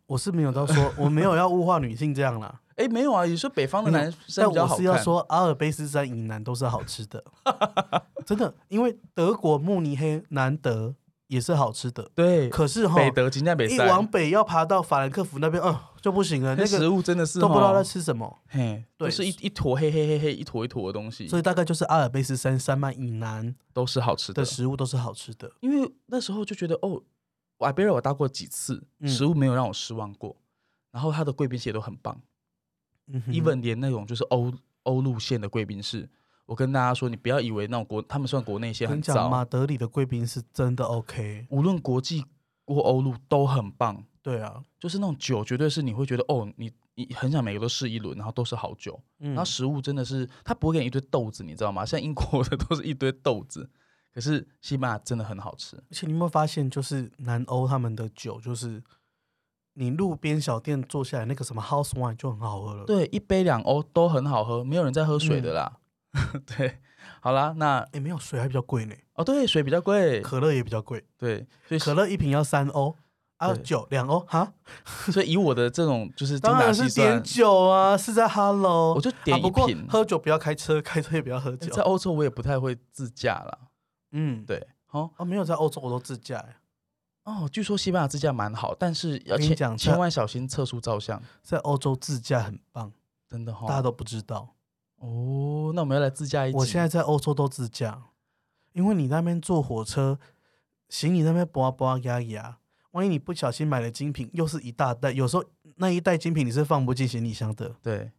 A: 我是没有到说，我没有要物化女性这样啦，
B: 哎，没有啊，也是北方的
A: 没有
B: 男生
A: 但
B: 比较
A: 我
B: 好
A: 是要
B: 看。
A: 说阿尔卑斯山以南都是好吃的，真的，因为德国慕尼黑、南德也是好吃的，
B: 对，
A: 可是哈，
B: 北德今天北
A: 一
B: 塞，
A: 往北要爬到法兰克福那边，嗯，就不行了，
B: 那
A: 那
B: 食
A: 个
B: 物真的是
A: 都不知道
B: 哦
A: 在吃什么。
B: 嘿，
A: 对
B: 就是一一坨黑黑黑黑一坨一坨的东西
A: 所，以大概就是阿尔卑斯山山脉以南
B: 都是好吃的
A: 的。食物都是好吃的。
B: 因为那时候就觉得哦，瓦贝尔我搭过几次，
A: 嗯
B: 食物没有让我失望过，然后它的贵宾室也都很棒、
A: 嗯哼
B: e v e n 连那种就是欧欧路线的贵宾室，我跟大家说，你不要以为那种国他们算国内线
A: 跟
B: 很
A: 你讲，马
B: 糟，
A: 德里的贵宾是真的 OK。
B: 无论国际或欧路都很棒，
A: 对啊，
B: 就是那种酒绝对是你会觉得哦，你你很想每个都试一轮，然后都是好酒，
A: 嗯
B: 然后食物真的是它不会给你一堆豆子，你知道吗？像英国的 [LAUGHS] 都是一堆豆子，可是西班牙真的很好吃，
A: 而且你有没有发现，就是南欧他们的酒，就是你路边小店坐下来那个什么 house wine 就很好喝了。，
B: 对，一杯两欧都很好喝，没有人在喝水
A: 嗯
B: 的啦。 [LAUGHS] 对，好啦，那
A: 哎，没有水还比较贵呢，
B: 哦，对，水比较贵，
A: 可乐也比较贵，
B: 对，所以
A: 可乐一瓶要三欧。啊，
B: 对
A: 酒两欧哈，
B: 所以以我的这种就是精
A: 当
B: 打
A: 然
B: 细
A: 是
B: 算
A: 点，酒啊，是在 Hello，
B: 我就点
A: 啊。
B: 一
A: 不过
B: 瓶。
A: 喝酒不要开车， [LAUGHS] 开车也不要喝酒
B: 在。欧洲我也不太会自驾啦，
A: 嗯，
B: 对，好、哦，
A: 啊，没有在欧洲我都自驾欸，
B: 哦，据说西班牙自驾蛮好，但是要
A: 跟你
B: 千
A: 讲
B: 千
A: 它
B: 万小心测速照相，
A: 在欧洲自驾很棒，
B: 真的哈、
A: 大家都不知道。
B: 哦，那我们要来自驾一集。
A: 我现在在欧洲都自驾，因为你那边坐火车，行李那边叭叭呀呀，万一你不小心买了精品，又是一大袋，有时候那一袋精品你是放不进行李箱的。
B: 对，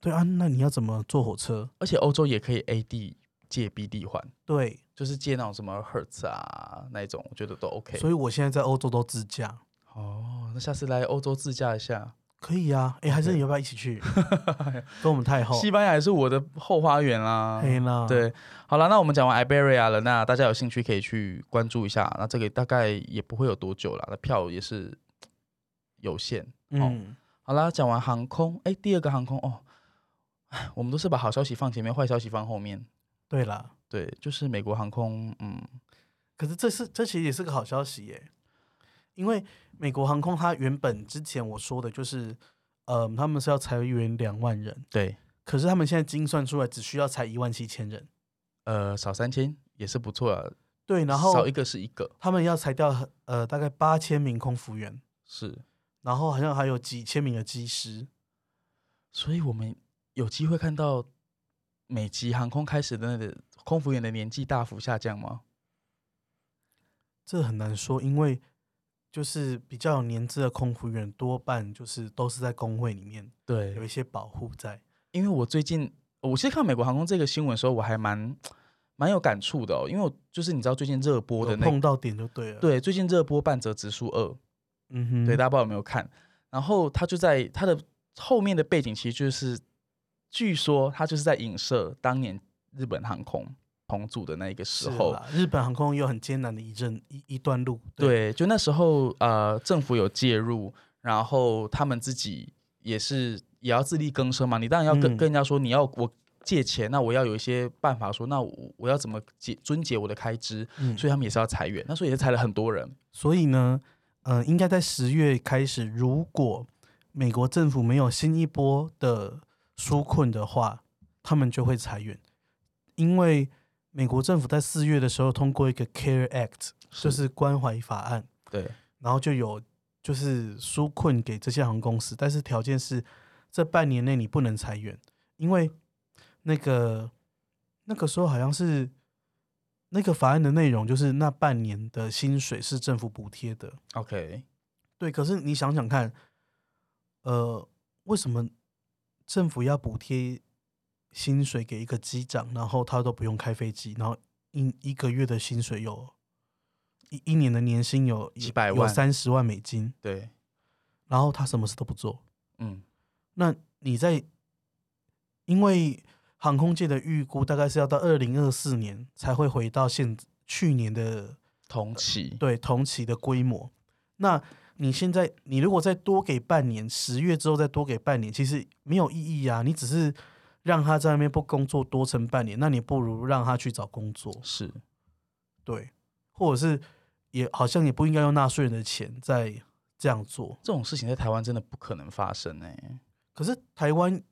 A: 对啊，那你要怎么坐火车？
B: 而且欧洲也可以 A D 借 B D 还，
A: 对，
B: 就是借那种什么 Hertz 啊那一种，我觉得都 OK。
A: 所以我现在在欧洲都自驾，
B: 哦，那下次来欧洲自驾一下，
A: 可以啊。哎，还是你要不要一起
B: [LAUGHS]
A: 去？跟我们太后
B: 西，班牙也是我的后花园啦。
A: 黑啦，，
B: 对，好了，那我们讲完 Iberia 了，那大家有兴趣可以去关注一下。那这个大概也不会有多久了，那票也是有限。
A: 嗯，
B: 好啦，讲完航空，哎，第二个航空哦， [SIGHS] 哎，我们都是把好消息放前面，坏消息放后面。
A: 对啦。
B: 对，就是美国航空，嗯，
A: 可是这是这其实也是个好消息耶，因为美国航空它原本之前我说的就是，呃，他们是要裁员两万人，
B: 对，
A: 可是他们现在精算出来只需要裁一万七千人，
B: 呃，少三千也是不错啊，
A: 对，然
B: 少
A: 后
B: 一个是一个，
A: 他们要裁掉呃大概八千名空服员，
B: 是，
A: 然后好像还有几千名的机师，
B: 所以我们有机会看到美籍航空开始的那个空服员的年纪大幅下降吗？
A: 这很难说，因为就是比较有年资的空服员多半就是都是在工会里面有
B: 对，
A: 一些保护在，
B: 因为我最近我其实看美国航空这个新闻的时候，我还蛮蛮有感触的、哦，因为我就是你知道最近热播的
A: 有
B: 那个
A: 碰到点就对了，，
B: 对，最近热播《半泽直树二》，
A: 嗯哼，
B: 对，大家不知道有没有看？然后他就在他的后面的背景，其实就是据说他就是在影射当年日本航空重组的那一个时
A: 是
B: 候。
A: 啦，日本航空有很艰难的一阵一一段路，
B: 对，就那时候呃，政府有介入，然后他们自己也是也要自力更生嘛。你当然要跟、
A: 嗯
B: 跟人家说，你要我借钱，那我要有一些办法说，那我我要怎么节遵节我的开支，
A: 嗯
B: 所以他们也是要裁员，那时候也是裁了很多人。
A: 所以呢，呃，应该在十月开始，如果美国政府没有新一波的纾困的话，他们就会裁员，因为美国政府在四月的时候通过一个 Care Act，就是关怀法案，
B: 对
A: 然后就有就是纾困给这些航空公司，但是条件是这半年内你不能裁员，因为那个那个时候好像是那个法案的内容就是那半年的薪水是政府补贴的，
B: ，OK，
A: 对。可是你想想看，呃，为什么政府要补贴薪水给一个机长，然后他都不用开飞机，然后一一个月的薪水有一一年的年薪有
B: 几百
A: 有
B: 万
A: 三十万美金，
B: 对，
A: 然后他什么事都不做，
B: 嗯，
A: 那你在，因为航空界的预估大概是要到二零二四年才会回到现去年的
B: 同期，
A: 对同期的规模。那你现在你如果再多给半年，十月之后再多给半年，其实没有意义啊。你只是让他在那边不工作多撑半年，那你不如让他去找工作，
B: 是
A: 对，或者是也好像也不应该用纳税人的钱再这样做。
B: 这种事情在台湾真的不可能发生哎、
A: 可是台湾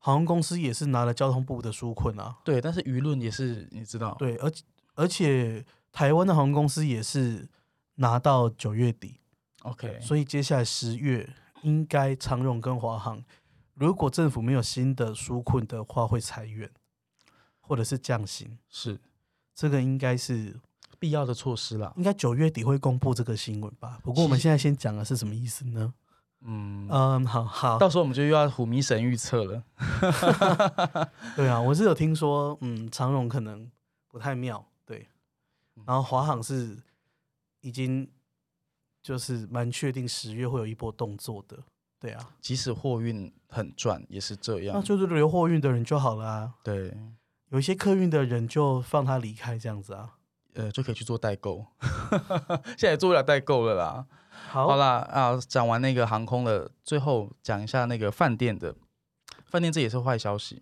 A: 航空公司也是拿了交通部的纾困啊，
B: 对，但是舆论也是你知道，
A: 对，而且而且台湾的航空公司也是拿到九月底，
B: ，OK，
A: 所以接下来十月应该长荣跟华航，如果政府没有新的纾困的话，会裁员或者是降薪。
B: 是
A: 这个应该是
B: 必要的措施啦。
A: 应该九月底会公布这个新闻吧？不过我们
B: 其
A: 现
B: 实
A: 在先讲的是什么意思呢？
B: 嗯，
A: 嗯，好好，
B: 到时候我们就又要虎迷神预测了。
A: 对啊，我是有听说，嗯，长荣可能不太妙，对，然后华航是已经就是蛮确定十月会有一波动作的，对啊，
B: 即使货运很赚，也是这
A: 那
B: 样。
A: 就是留货运的人就好啦、
B: 对，
A: 有一些客运的人就放他离开这样子啊。
B: 呃，就可以去做代购。 [LAUGHS] 现在也做不了代购了啦。
A: 好，
B: 好啦，啊，讲完那个航空了，最后讲一下那个饭店的。饭店这也是坏消息，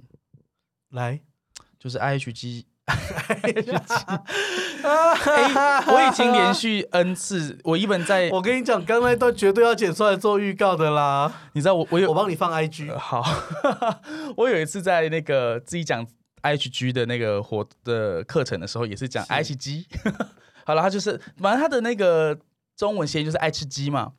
A: 来，
B: 就是 IHG。哎，我已经连续 N 次，我一本在，
A: [LAUGHS] 我跟你讲，刚才都绝对要剪出来做预告的啦，
B: 你知道我我有
A: 我帮你放 IG，
B: 呃好，我有一次在那个自己讲 IHG 的那个活的课程的时候，也是讲
A: 是
B: [LAUGHS] IHG。好了，他就是反正他的那个中文谐音就是爱吃鸡嘛，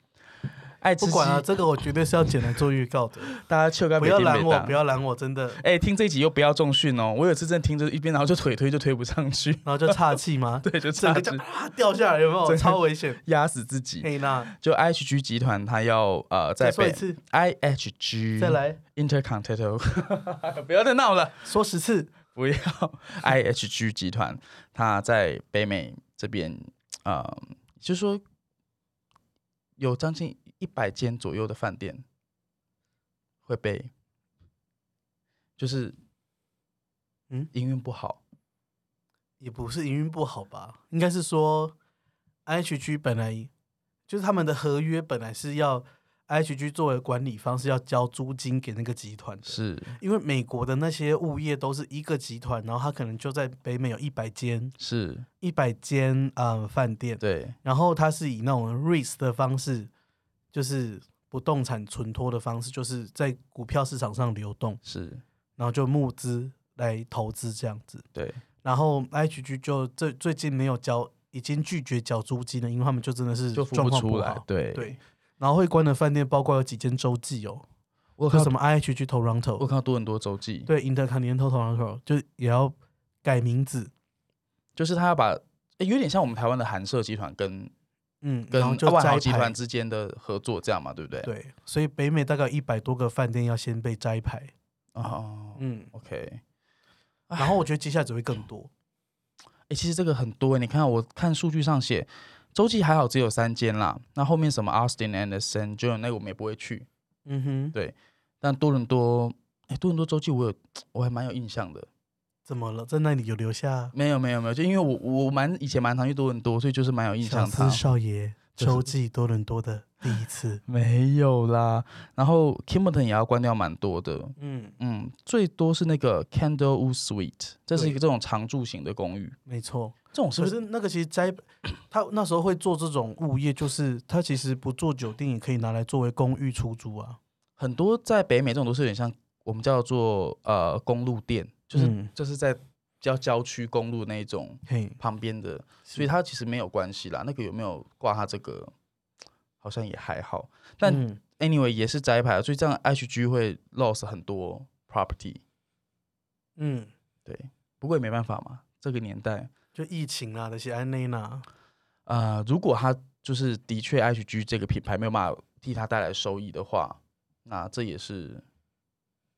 B: 爱吃
A: 不
B: 鸡。
A: 管啊了，这个我绝对是要剪来做预告
B: [LAUGHS]
A: 的，
B: 大家去该
A: 不要拦我，不要拦我，真的。
B: 哎、听这一集又不要重训哦！我有一次真的听着一边，然后就腿推就推不上去，
A: 然后就岔气
B: [LAUGHS]
A: 吗？
B: 对，就
A: 整
B: 差
A: 个
B: 点
A: 就啊掉下来，有没
B: 真
A: 有？
B: 的
A: 超危险。
B: 压死自己。
A: 嘿娜，
B: 就 IHG 集团，它要呃
A: 再
B: 在
A: 说一
B: 被
A: 次，
B: IHG
A: 再来
B: Intercontinental，不 [LAUGHS] 要再闹了，
A: 说十次。
B: 不要 IHG 集团，它在北美这边，呃，就说有将近一百间左右的饭店会被，就是
A: 嗯
B: 营运不好，
A: 也不是营运不好吧，应该是说 IHG 本来就是他们的合约本来是要 IHG 作为管理方是要交租金给那个集团的，
B: 是
A: 因为美国的那些物业都是一个集团，然后他可能就在北美有一百间
B: 是，
A: 一百间呃饭店，
B: 对，
A: 然后他是以那种 REIT 的方式，就是不动产存托的方式，就是在股票市场上流动，
B: 是，
A: 然后就募资来投资这样子。
B: 对，
A: 然后 IHG 就最最近没有交，已经拒绝缴租金了，因为他们就真的是
B: 就付
A: 状
B: 不
A: 况
B: 出
A: 不
B: 来
A: 好。，
B: 对，
A: 对，然后会关的饭店包括有几间洲际哦，
B: 我
A: 就
B: 看
A: 什
B: 到
A: 么 IHG
B: 我
A: Toronto，
B: 看到多伦多周记，
A: 对，Intercontinental Toronto 就也要改名字，
B: 就是他要把、诶有点像我们台湾的韩社集团跟
A: 嗯，
B: 跟啊
A: 然后就
B: 万
A: 摘
B: 豪集团
A: 牌。
B: 之间的合作，这样嘛，对不对？
A: 对，所以北美大概有一百多个饭店要先被摘牌，
B: 哦、
A: 嗯，
B: o k
A: 然后我觉得接下来只会更多，
B: 哎、其实这个很多、你看啊我看数据上写，洲际还好只有三间啦，那后面什么 Austin and San j o n 那个我们也不会去，
A: 嗯哼，
B: 对但多伦多，哎、多伦多洲际我有我还蛮有印象的，
A: 怎么了？在那里有留下
B: 没有没有没有，就因为我我蛮以前蛮常去多伦多，所以就是蛮有印
A: 小
B: 象它
A: 资。少爷
B: 就是
A: 洲际多伦多的第一次，
B: 没有啦，然后 Kimbleton 也要关掉蛮多的，
A: 嗯，
B: 嗯，最多是那个 Candlewood Suite，这是一
A: 对
B: 个这种常住型的公寓，
A: 没错。
B: 这种是
A: 可
B: 不是
A: 是那个其实摘，他那时候会做这种物业，就是他其实不做酒店也可以拿来作为公寓出租啊。
B: 很多在北美这种都是有点像我们叫做呃公路店，就是、
A: 嗯
B: 就是在比较郊区公路那一种
A: 嘿，嗯
B: 旁边的，所以它其实没有关系啦。那个有没有挂它这个，好像也还好。但
A: 嗯
B: anyway 也是摘牌，所以这样 HG 会 loss 很多 property，
A: 嗯，
B: 对，不过也没办法嘛，这个年代。
A: 就疫情啦，那些安内啦，
B: 呃，如果它就是的确 HG 这个品牌没有办法替它带来收益的话，那这也是，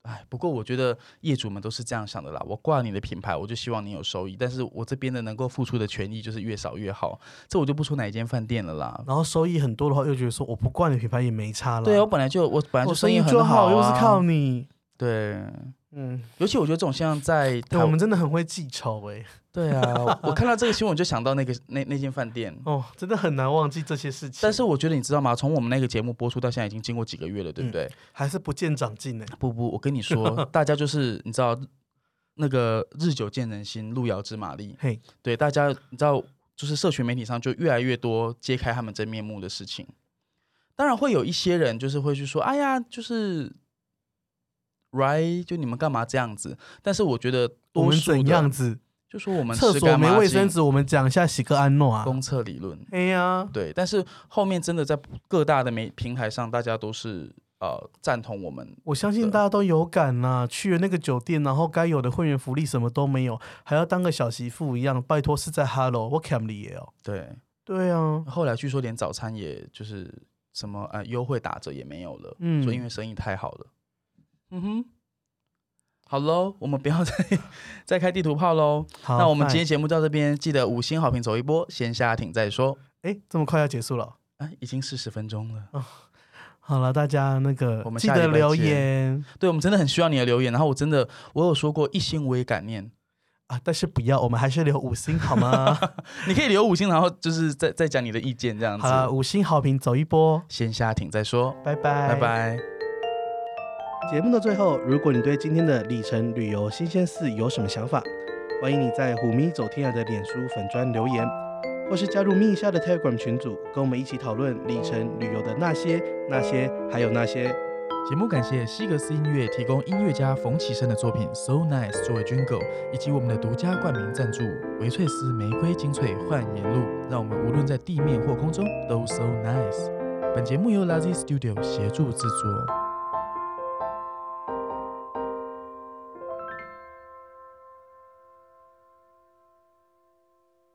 B: 哎，不过我觉得业主们都是这样想的啦。我挂你的品牌，我就希望你有收益，但是我这边的能够付出的权益就是越少越好。这我就不出哪一间饭店了啦。
A: 然后收益很多的话，又觉得说我不惯你品牌也没差了。
B: 对啊，我本来就我本来
A: 哦
B: 就
A: 我
B: 生
A: 生
B: 意
A: 意
B: 很
A: 就好，
B: 啊
A: 又是靠你。
B: 对，
A: 嗯，
B: 尤其我觉得这种像在
A: 对，
B: 台
A: 我
B: 湾，
A: 们真的很会记仇哎、
B: 对啊，我看到这个新闻我就想到那个那那间饭店。
A: [LAUGHS] 哦，真的很难忘记这些事情。
B: 但是我觉得你知道吗？从我们那个节目播出到现在已经经过几个月了，对
A: 嗯
B: 不对？
A: 还是不见长进哎、
B: 不不，我跟你
A: [LAUGHS]
B: 说，大家就是你知道那个日久见人心，路遥知马力。
A: 嘿，
B: 对，大家你知道，就是社群媒体上就越来越多揭开他们真面目的事情。当然会有一些人就是会去说，哎呀，就是，right，就你们干嘛这样子？但是我觉得
A: 我
B: 多
A: 们
B: 数
A: 怎
B: 的
A: 样子？
B: 就说我们
A: 厕
B: 吃
A: 所
B: 干
A: 没
B: 抹
A: 卫生
B: 净
A: 纸，我们讲一下喜克安诺啊。
B: 公厕理论。
A: 哎呀，
B: 对，但是后面真的在各大的媒平台上，大家都是呃赞同我们
A: 我相信
B: 对
A: 大家都有感呐、去了那个酒店，然后该有的会员福利什么都没有，还要当个小媳妇一样。拜托，是在 Hello，我 Cam 里也哦。
B: 对
A: 对啊，
B: 后来据说连早餐也就是什么呃优惠打折也没有了，
A: 嗯
B: 说因为生意太好了。嗯哼，好喽，我们不要再再开地图炮喽。
A: 好，
B: 那我们今天
A: 嗨
B: 节目到这边，记得五星好评走一波，先下挺再说。
A: 哎，这么快要结束了哦。
B: 啊，已经四十分钟了，
A: 好了，大家那个
B: 我们
A: 记
B: 下礼
A: 得
B: 拜
A: 留
B: 见
A: 言
B: 对我们真的很需要你的留言。然后我真的，我有说过一星我也感念，
A: 啊，但是不要，我们还是留五星好吗？
B: 你可以留五星，然后就是再再讲你的意见这样
A: [LAUGHS] 好了，
B: 子。
A: 五星好评走一波，
B: 先下挺再说，
A: 拜拜，
B: 拜拜。
A: 节目的最后，如果你对今天的里程旅游新鲜事有什么想法，欢迎你在虎咪走天涯的脸书粉砖留言，或是加入咪一下的 Telegram 群组，跟我们一起讨论里程旅游的那些、那些还有那些。
B: 节目感谢西格斯音乐提供音乐家冯启生的作品《So Nice》作为 Jingle，以及我们的独家冠名赞助维翠斯玫瑰精粹焕颜露，让我们无论在地面或空中都 So Nice。本节目由 Lazy Studio 协助制作。